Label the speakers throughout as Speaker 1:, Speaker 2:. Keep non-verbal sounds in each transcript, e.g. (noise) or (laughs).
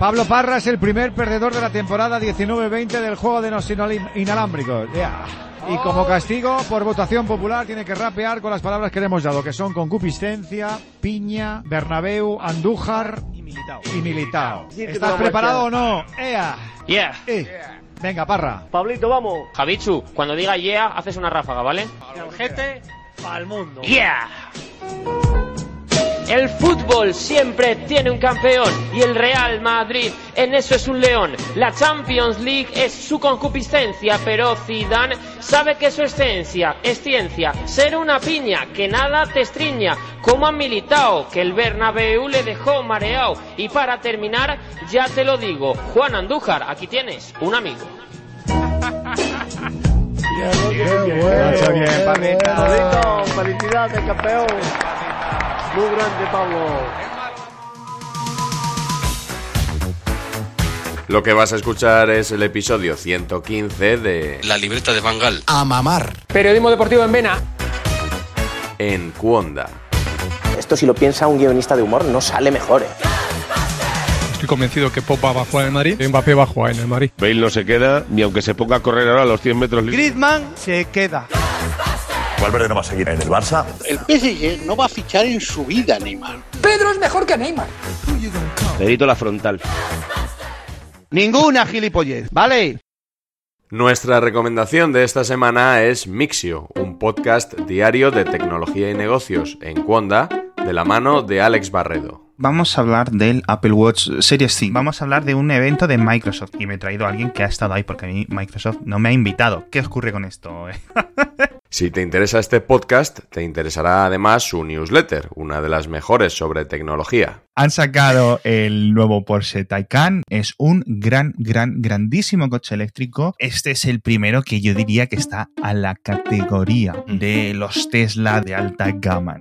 Speaker 1: Pablo Parra es el primer perdedor de la temporada 19-20 del juego de los inal- inalámbricos. Ya. Y como castigo, por votación popular, tiene que rapear con las palabras que le hemos dado, que son concupiscencia, piña, Bernabéu, Andújar y Militao. ¿Estás preparado o no? ¡Ea!
Speaker 2: Yeah.
Speaker 1: Eh. Venga, Parra.
Speaker 3: Pablito, vamos.
Speaker 2: Javichu, cuando diga yeah, haces una ráfaga, ¿vale?
Speaker 3: Al gente, al mundo.
Speaker 2: Yeah. El fútbol siempre tiene un campeón y el Real Madrid en eso es un león. La Champions League es su concupiscencia, pero Zidane sabe que su esencia es ciencia, ser una piña que nada te estriña, como a Militao que el Bernabéu le dejó mareado. Y para terminar, ya te lo digo, Juan Andújar, aquí tienes un amigo.
Speaker 1: Nacho, bien, Parrita.
Speaker 3: Pablito, felicidades, campeón. Muy grande, Pablo.
Speaker 4: Lo que vas a escuchar es el episodio 115 de
Speaker 5: La libreta de Bangal.
Speaker 6: A mamar.
Speaker 2: Periodismo deportivo en Vena.
Speaker 4: En Cuonda.
Speaker 7: Esto si lo piensa un guionista de humor no sale mejor. ¿eh?
Speaker 8: Estoy convencido que Popa va a jugar en el Madrid. Mbappé va a jugar en el Madrid.
Speaker 9: Bale no se queda, ni aunque se ponga a correr ahora a los 100 metros libres.
Speaker 3: Griezmann se queda.
Speaker 10: Valverde no va a seguir en el Barça.
Speaker 11: El PSG no va a fichar en su vida, Neymar.
Speaker 12: Pedro es mejor que Neymar.
Speaker 9: Dedito a la frontal. Ninguna gilipollez, ¿vale?
Speaker 4: Nuestra recomendación de esta semana es Mixio, un podcast diario de tecnología y negocios en Cuonda, de la mano de Alex Barredo.
Speaker 13: Vamos a hablar del Apple Watch Series 5. Vamos a hablar de un evento de Microsoft. Y me he traído a alguien que ha estado ahí porque a mí Microsoft no me ha invitado. ¿Qué ocurre con esto? eh?
Speaker 4: Si te interesa este podcast, te interesará además su newsletter, una de las mejores sobre tecnología.
Speaker 13: Han sacado el nuevo Porsche Taycan. Es un gran, gran, grandísimo coche eléctrico. Este es el primero que yo diría que está a la categoría de los Tesla de alta gama.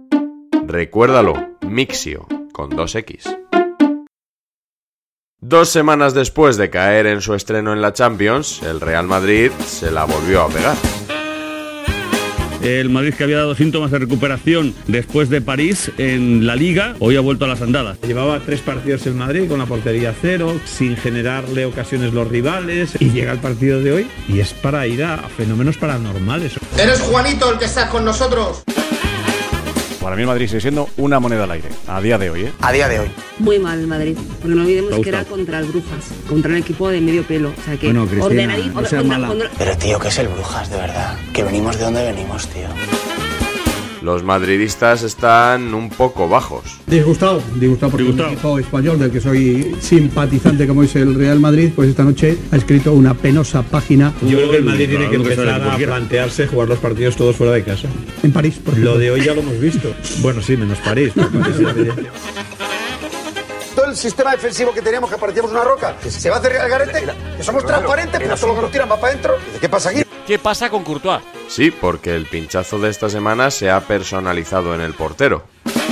Speaker 4: Recuérdalo, Mixio, con 2X. Dos semanas después de caer en su estreno en la Champions, el Real Madrid se la volvió a pegar.
Speaker 14: El Madrid que había dado síntomas de recuperación después de París en la liga, hoy ha vuelto a las andadas.
Speaker 15: Llevaba tres partidos el Madrid con la portería cero, sin generarle ocasiones los rivales, y llega el partido de hoy y es para ir a fenómenos paranormales.
Speaker 16: Eres Juanito el que estás con nosotros.
Speaker 9: Para mí el Madrid sigue siendo una moneda al aire, a día de hoy, ¿eh?
Speaker 7: A día de hoy.
Speaker 17: Muy mal Madrid, porque no olvidemos
Speaker 9: Pausa.
Speaker 17: que era contra el Brujas, contra un equipo de medio pelo. O sea que
Speaker 9: Bueno, Cristina,
Speaker 17: ordenadito-
Speaker 9: no seas
Speaker 17: contra-
Speaker 9: mala.
Speaker 17: contra-
Speaker 7: Pero tío, que es el Brujas, de verdad. Que venimos de donde venimos, tío.
Speaker 4: Los madridistas están un poco bajos.
Speaker 15: Disgustado, disgustado porque
Speaker 14: Disgustado.
Speaker 15: un equipo español del que soy simpatizante como es el Real Madrid, pues esta noche ha escrito una penosa página.
Speaker 14: Yo creo que el Madrid tiene que empezar a
Speaker 15: plantearse jugar los partidos todos fuera de casa. En París, por Lo de hoy ya lo hemos visto. bueno, sí, menos París.
Speaker 1: Todo el sistema defensivo que teníamos que parecíamos una roca. Se va a hacer el garete, que somos transparentes, pero solo que nos tiran más para adentro. ¿Qué pasa aquí?
Speaker 2: ¿Qué pasa con Courtois?
Speaker 4: Sí, porque el pinchazo de esta semana se ha personalizado en el portero.
Speaker 15: (laughs)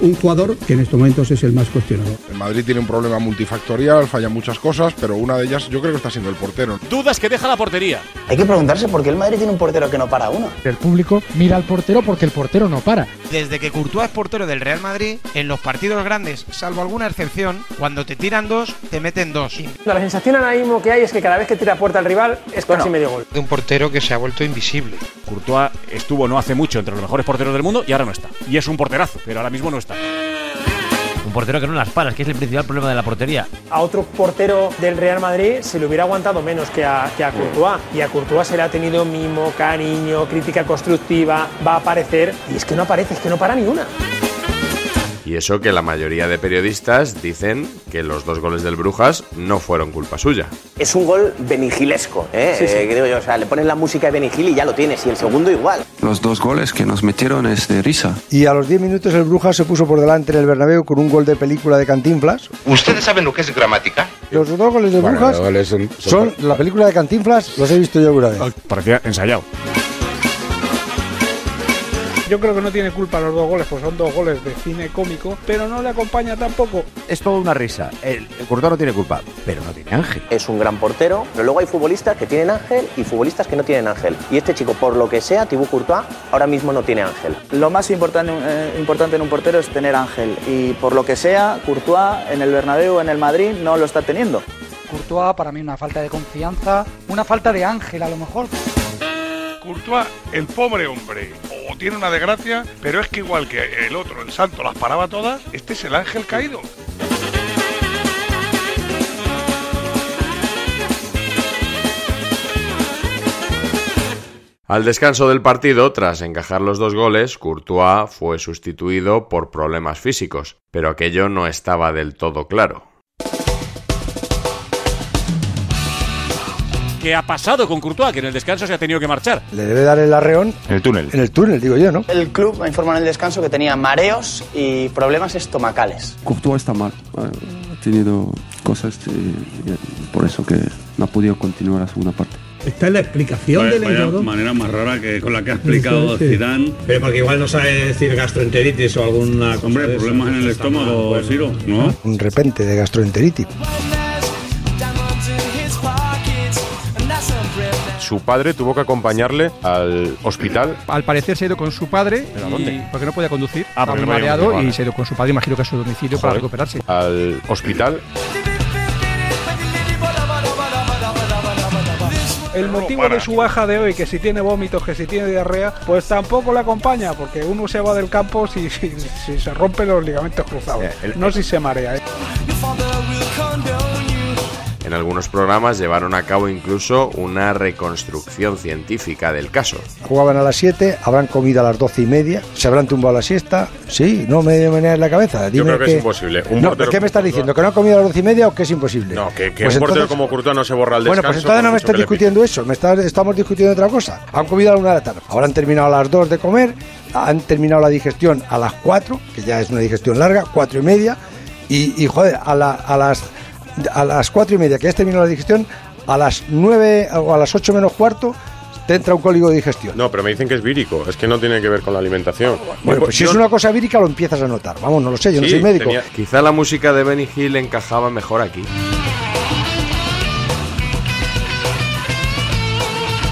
Speaker 15: Un jugador que en estos momentos es el más cuestionado.
Speaker 9: El Madrid tiene un problema multifactorial, falla muchas cosas, pero una de ellas yo creo que está siendo el portero.
Speaker 2: Dudas que deja la portería.
Speaker 7: Hay que preguntarse por qué el Madrid tiene un portero que no para uno.
Speaker 1: El público mira al portero porque el portero no para.
Speaker 18: Desde que Courtois es portero del Real Madrid, en los partidos grandes, salvo alguna excepción, cuando te tiran dos, te meten dos.
Speaker 3: La sensación ahora mismo que hay es que cada vez que tira puerta al rival es casi medio gol.
Speaker 18: De un portero que se ha vuelto invisible.
Speaker 9: Courtois estuvo no hace mucho entre los mejores porteros del mundo y ahora no está. Y es un porterazo, pero ahora mismo no está.
Speaker 5: Un portero que no las paras, que es el principal problema de la portería.
Speaker 6: A otro portero del Real Madrid se le hubiera aguantado menos que a, que a Courtois. Y a Courtois se le ha tenido mimo, cariño, crítica constructiva, va a aparecer. Y es que no aparece, es que no para ni una.
Speaker 4: Y eso que la mayoría de periodistas dicen que los dos goles del Brujas no fueron culpa suya.
Speaker 7: Es un gol benigilesco, ¿eh?
Speaker 4: Sí, sí.
Speaker 7: Eh, que digo yo, o sea, le pones la música de Benigil y ya lo tienes, y el segundo igual.
Speaker 12: Los dos goles que nos metieron es de risa.
Speaker 19: Y a los 10 minutos el Brujas se puso por delante en el Bernabéu con un gol de película de Cantinflas.
Speaker 20: ¿Ustedes saben lo que es gramática?
Speaker 19: Los dos goles de
Speaker 20: Bueno,
Speaker 19: Brujas
Speaker 20: los goles son-
Speaker 19: son,
Speaker 20: son-
Speaker 19: la película de Cantinflas, los he visto yo alguna vez.
Speaker 21: Parecía ensayado.
Speaker 22: Yo creo que no tiene culpa los dos goles, pues son dos goles de cine cómico, pero no le acompaña tampoco.
Speaker 23: Es toda una risa. El, el Courtois no tiene culpa, pero no tiene ángel.
Speaker 7: Es un gran portero, pero luego hay futbolistas que tienen ángel y futbolistas que no tienen ángel. Y este chico, por lo que sea, Thibaut Courtois, ahora mismo no tiene ángel.
Speaker 24: Lo más importante, eh, importante en un portero es tener ángel y por lo que sea, Courtois en el Bernabéu, en el Madrid, no lo está teniendo.
Speaker 25: Courtois, para mí, una falta de confianza, una falta de ángel a lo mejor.
Speaker 26: Courtois, el pobre hombre, o tiene una desgracia, pero es que igual que el otro, el santo, las paraba todas, este es el ángel caído.
Speaker 4: Al descanso del partido, tras encajar los dos goles, Courtois fue sustituido por problemas físicos, pero aquello no estaba del todo claro.
Speaker 27: ¿Qué ha pasado con Courtois? Que en el descanso se ha tenido que marchar.
Speaker 19: Le debe dar el arreón
Speaker 27: En el túnel.
Speaker 19: en el túnel, digo yo, ¿no?
Speaker 24: El club me informa en el descanso que tenía mareos y problemas estomacales.
Speaker 12: Courtois está mal. Ha tenido cosas eh, y por eso que no ha podido continuar la segunda parte.
Speaker 15: Esta es la explicación
Speaker 14: Vaya-
Speaker 15: del
Speaker 14: vaya
Speaker 15: Euro.
Speaker 14: manera más rara que con la que ha explicado
Speaker 15: Sí.
Speaker 14: Zidane.
Speaker 15: Pero porque igual no sabe decir gastroenteritis o alguna cosa
Speaker 14: Hombre,
Speaker 15: de esa.
Speaker 14: problemas en el
Speaker 15: Está mal,
Speaker 14: estómago,
Speaker 15: bueno.
Speaker 14: Ciro, ¿no?
Speaker 19: Un repente de gastroenteritis.
Speaker 28: Su padre tuvo que acompañarle al hospital.
Speaker 8: Al parecer se ha ido con su padre.
Speaker 28: ¿Pero a
Speaker 8: y-
Speaker 28: dónde?
Speaker 8: Porque no podía conducir.
Speaker 28: Ah,
Speaker 8: Estaba
Speaker 28: porque
Speaker 8: muy
Speaker 28: no podía
Speaker 8: mareado
Speaker 28: conducir,
Speaker 8: y
Speaker 28: vale.
Speaker 8: se ha ido con su padre, imagino que a su domicilio para
Speaker 28: Joder.
Speaker 8: recuperarse.
Speaker 28: Al hospital.
Speaker 22: El motivo
Speaker 28: para.
Speaker 22: de su baja de hoy, que si tiene vómitos, que si tiene diarrea, pues tampoco le acompaña, porque uno se va del campo si, si- si se rompen los ligamentos cruzados,
Speaker 4: Eh, el-
Speaker 22: no si se marea. ¿eh?
Speaker 4: En algunos programas llevaron a cabo incluso una reconstrucción científica del caso.
Speaker 19: Jugaban a las 7, habrán comido a las 12 y media, se habrán tumbado la siesta. Sí, no me meneas la cabeza. Dime
Speaker 28: creo que es imposible. Un
Speaker 19: no,
Speaker 28: portero
Speaker 19: ¿Qué me estás
Speaker 28: como
Speaker 19: diciendo? ¿Que no han comido a las 12 y media o que es imposible?
Speaker 28: No, que, que
Speaker 19: Pues
Speaker 28: un portero
Speaker 19: entonces-
Speaker 28: como Courtois no se borra al
Speaker 19: Bueno,
Speaker 28: descanso.
Speaker 19: pues entonces no me estás discutiendo eso, me estás- estamos discutiendo otra cosa. Han comido a la una de la tarde, habrán terminado a las 2 de comer, han terminado la digestión a las 4, que ya es una digestión larga, cuatro y media, y, y, joder, a, la- a las a las cuatro y media que has terminado la digestión, a las 9 o a las 8 menos cuarto, te entra un cólico de digestión.
Speaker 28: No, pero me dicen que es vírico. Es que no tiene que ver con la alimentación.
Speaker 19: Bueno, pues si es una cosa vírica lo empiezas a notar. Vamos, no lo sé, yo no
Speaker 4: Sí,
Speaker 19: soy médico.
Speaker 4: tenía- Quizá la música de Benny Hill encajaba mejor aquí.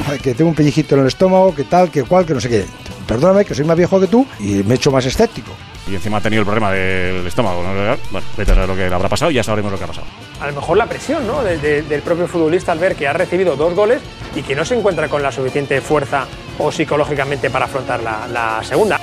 Speaker 19: Joder, Que tengo un pellizquito en el estómago, que tal, que cual, que no sé qué. Perdóname que soy más viejo que tú y me he hecho más escéptico.
Speaker 21: Y encima ha tenido el problema del estómago. ¿no? Bueno, vete a saber lo que le habrá pasado y ya sabremos lo que ha pasado.
Speaker 16: A lo mejor la presión ¿no? de- de- del propio futbolista al ver que ha recibido dos goles y que no se encuentra con la suficiente fuerza o psicológicamente para afrontar la, la segunda.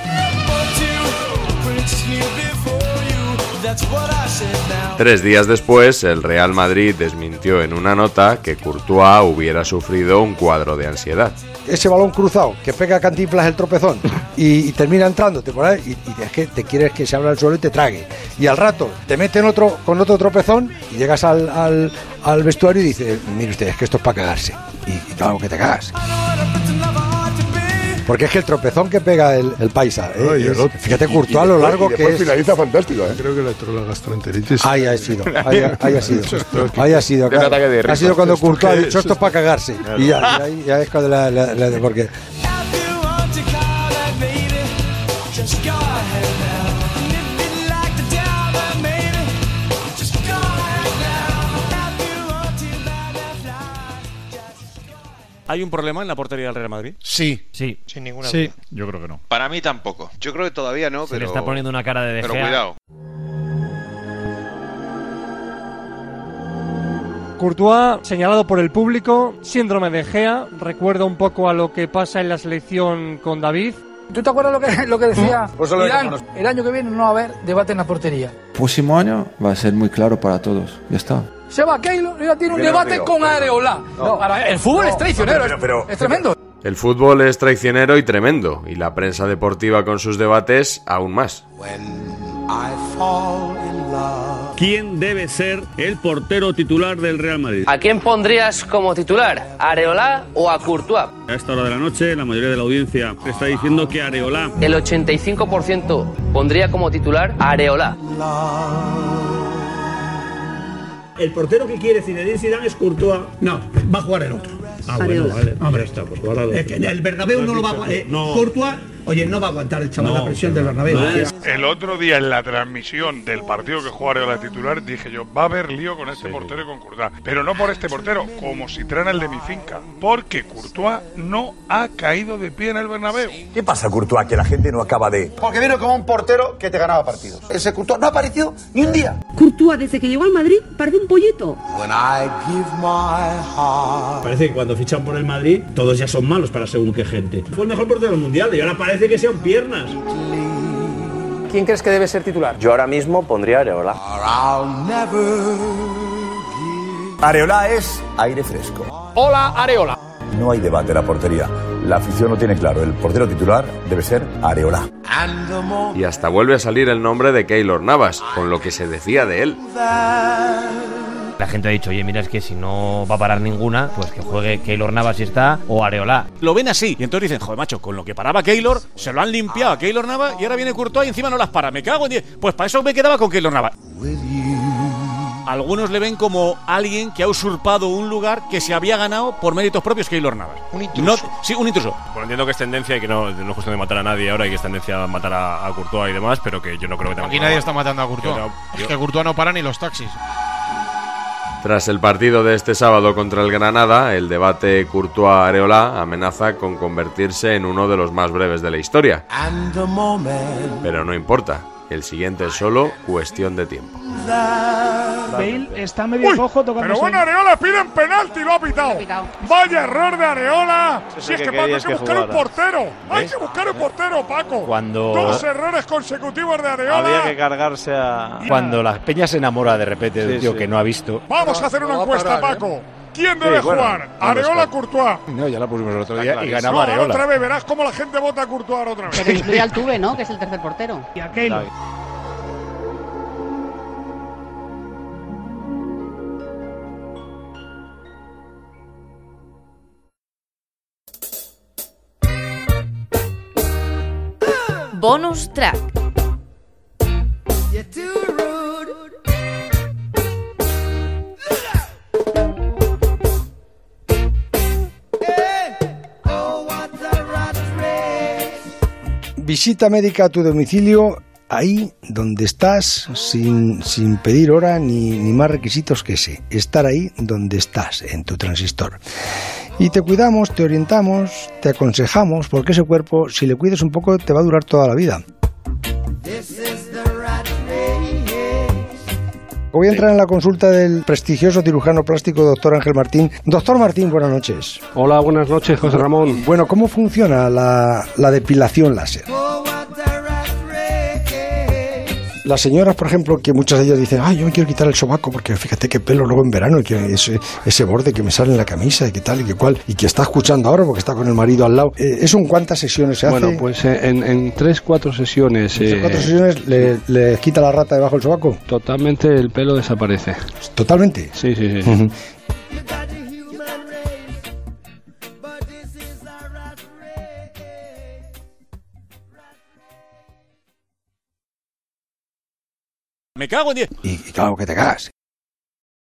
Speaker 4: Tres días después, el Real Madrid desmintió en una nota que Courtois hubiera sufrido un cuadro de ansiedad.
Speaker 19: ese balón cruzado que pega a Cantinflas el (laughs) tropezón y, y termina entrándote por ahí y, y es que te quieres que se abra el suelo y te trague y al rato te meten otro con otro tropezón y llegas al, al- al vestuario y dices mire usted es que esto es para cagarse y, y claro que te cagas porque es que el tropezón que pega el, el paisa ¿eh? Ay, Es- el otro. fíjate Y- y Courtois lo después- largo y que después es finaliza fantástico ¿eh? creo que la gastroenteritis ahí ha sido ahí ha, ahí
Speaker 29: (laughs)
Speaker 19: ha sido ahí ha sido Tiene claro. ataque de ha risa. sido cuando ¿Esto Courtois ha qué dicho es? esto es para cagarse y ya, ya, ya es cuando la, la- la- porque
Speaker 27: ¿Hay un problema en la portería del Real Madrid?
Speaker 28: Sí.
Speaker 5: Sí.
Speaker 28: Sin ninguna
Speaker 5: Sí.
Speaker 28: duda.
Speaker 5: Yo creo que no.
Speaker 28: Para mí tampoco. Yo creo que todavía no,
Speaker 5: Se
Speaker 28: pero.
Speaker 5: le está poniendo una cara de De
Speaker 28: Pero
Speaker 5: Gea.
Speaker 28: cuidado.
Speaker 30: Courtois, señalado por el público, síndrome de Gea, recuerda un poco a lo que pasa en la selección con David.
Speaker 31: ¿Tú te acuerdas lo que, lo que decía
Speaker 29: Pues solo
Speaker 31: Milán?
Speaker 29: dejamos.
Speaker 31: El año que viene no va a haber debate en la portería.
Speaker 32: Próximo año va a ser muy claro para todos. Ya está.
Speaker 31: Se va Keylor y ya tiene un
Speaker 29: Yo no
Speaker 31: debate
Speaker 29: creo,
Speaker 31: con
Speaker 29: pero-
Speaker 31: Areola.
Speaker 29: no.
Speaker 31: Ahora, el fútbol
Speaker 29: No,
Speaker 31: es traicionero,
Speaker 29: pero- pero-
Speaker 31: es- es tremendo.
Speaker 4: El fútbol es traicionero y tremendo, y la prensa deportiva con sus debates aún más.
Speaker 33: ¿Quién debe ser el portero titular del Real Madrid?
Speaker 2: ¿A quién pondrías como titular? ¿A ¿Areola o a Courtois?
Speaker 33: A esta hora de la noche, la mayoría de la audiencia está diciendo que Areola.
Speaker 2: El 85% pondría como titular a Areola.
Speaker 34: El portero que quiere Zinedine Zidane es Courtois. No, va a jugar el otro.
Speaker 33: Ah, bueno, vale. Hombre, está, pues guardado.
Speaker 34: Es que el Bernabéu no lo va a aguantar.
Speaker 1: No.
Speaker 34: Courtois, oye, no va a aguantar el chaval la presión del Bernabéu.
Speaker 1: El otro día en la transmisión del partido que jugó Areola de titular dije yo, va a haber lío con este portero y con Courtois. Pero no por este portero, como si traen el de mi finca. Porque Courtois no ha caído de pie en el Bernabéu.
Speaker 29: ¿Qué pasa, Courtois? Que la gente no acaba de. Porque vino como un portero que te ganaba partidos. Ese Courtois no ha aparecido ni un día.
Speaker 35: Courtois, desde que llegó al Madrid, parece un pollito.
Speaker 34: Parece que cuando fichan por el Madrid, todos ya son malos para según qué gente. Fue el mejor portero del mundial y ahora parece que sean piernas.
Speaker 31: ¿Quién crees que debe ser titular?
Speaker 36: Yo ahora mismo pondría a Areola.
Speaker 29: Areola es aire fresco.
Speaker 31: Hola, Areola.
Speaker 29: No hay debate en la portería. La afición lo tiene claro. El portero titular debe ser Areola.
Speaker 4: Y hasta vuelve a salir el nombre de Keylor Navas, con lo que se decía de él.
Speaker 7: La gente ha dicho, oye, mira, es que si no va a parar ninguna, pues que juegue Keylor Navas si está o Areola.
Speaker 15: Lo ven así. Y entonces dicen, joder, macho, con lo que paraba Keylor, se lo han limpiado a Keylor Nava y ahora viene Courtois y encima no las para. Me cago en diez. Pues para eso me quedaba con Keylor Nava. Algunos le ven como alguien que ha usurpado un lugar que se había ganado por méritos propios Keylor Navas. Un intruso. sí, un intruso.
Speaker 35: Bueno, entiendo que es tendencia y que no, no es cuestión de matar a nadie ahora y que es tendencia a matar a, a Courtois y demás, pero que yo no creo que tampoco.
Speaker 29: Aquí nadie está matando a Courtois.
Speaker 35: Yo no-
Speaker 29: Es
Speaker 35: yo-
Speaker 29: que Courtois no para ni los taxis.
Speaker 4: Tras el partido de este sábado contra el Granada, el debate Courtois-Areola amenaza con convertirse en uno de los más breves de la historia. Pero no importa, el siguiente es solo cuestión de tiempo.
Speaker 29: Bale está medio cojo tocando.
Speaker 1: Pero bueno, Areola piden penalti y lo ha pitado. Vaya error de Areola.
Speaker 37: Eso
Speaker 1: Si es
Speaker 37: que
Speaker 1: que Paco hay
Speaker 37: querías
Speaker 1: que
Speaker 37: que
Speaker 1: buscar un
Speaker 37: jugara. ¿Eh?
Speaker 1: portero. Hay que buscar un portero,
Speaker 38: Oh.
Speaker 1: Paco.
Speaker 37: Cuando-
Speaker 1: Dos errores consecutivos de
Speaker 37: Había que
Speaker 1: Areola.
Speaker 37: cargarse a.
Speaker 38: Cuando la peña se enamora de repente de
Speaker 37: Sí,
Speaker 38: un tío
Speaker 37: sí.
Speaker 38: que no ha visto.
Speaker 1: Vamos a hacer una
Speaker 29: ¿eh?
Speaker 1: encuesta, Paco. ¿Quién
Speaker 38: Sí,
Speaker 1: debe
Speaker 38: bueno,
Speaker 1: jugar?
Speaker 38: no lo
Speaker 1: ¿Areola
Speaker 38: está.
Speaker 1: Courtois?
Speaker 38: No, ya la pusimos el otro día y
Speaker 1: No,
Speaker 38: ganaba
Speaker 1: ahora otra
Speaker 38: Areola.
Speaker 1: vez verás cómo la gente vota a Courtois ahora otra
Speaker 35: Pero
Speaker 1: vez.
Speaker 35: incluye al Tuve, ¿no? Que es el tercer portero.
Speaker 29: Y a Bonus track.
Speaker 19: Visita médica a tu domicilio ahí donde estás sin, sin pedir hora ni, ni más requisitos que ese. Estar ahí donde estás en tu transistor. Y te cuidamos, te orientamos, te aconsejamos porque ese cuerpo si le cuides un poco te va a durar toda la vida. Voy a entrar en la consulta del prestigioso cirujano plástico doctor Ángel Martín. Doctor Martín, buenas noches.
Speaker 37: Hola, buenas noches, José Ramón.
Speaker 19: Bueno, ¿cómo funciona la, la depilación láser? Las señoras, por ejemplo, que muchas de ellas dicen, ay, yo me quiero quitar el sobaco porque fíjate qué pelo luego en verano, y que ese, ese borde que me sale en la camisa y qué tal y qué cual, y que está escuchando ahora porque está con el marido al lado. Eh, ¿Eso en cuántas sesiones se hace?
Speaker 37: Bueno, pues eh, en, en tres, cuatro sesiones. eh,
Speaker 19: ¿Cuatro sesiones le, le quita la rata debajo del sobaco?
Speaker 37: Totalmente el pelo desaparece.
Speaker 19: ¿Totalmente?
Speaker 37: Sí, sí, sí. sí.
Speaker 19: Ujú.
Speaker 15: Me cago en diez.
Speaker 19: Y, y claro que te cagas.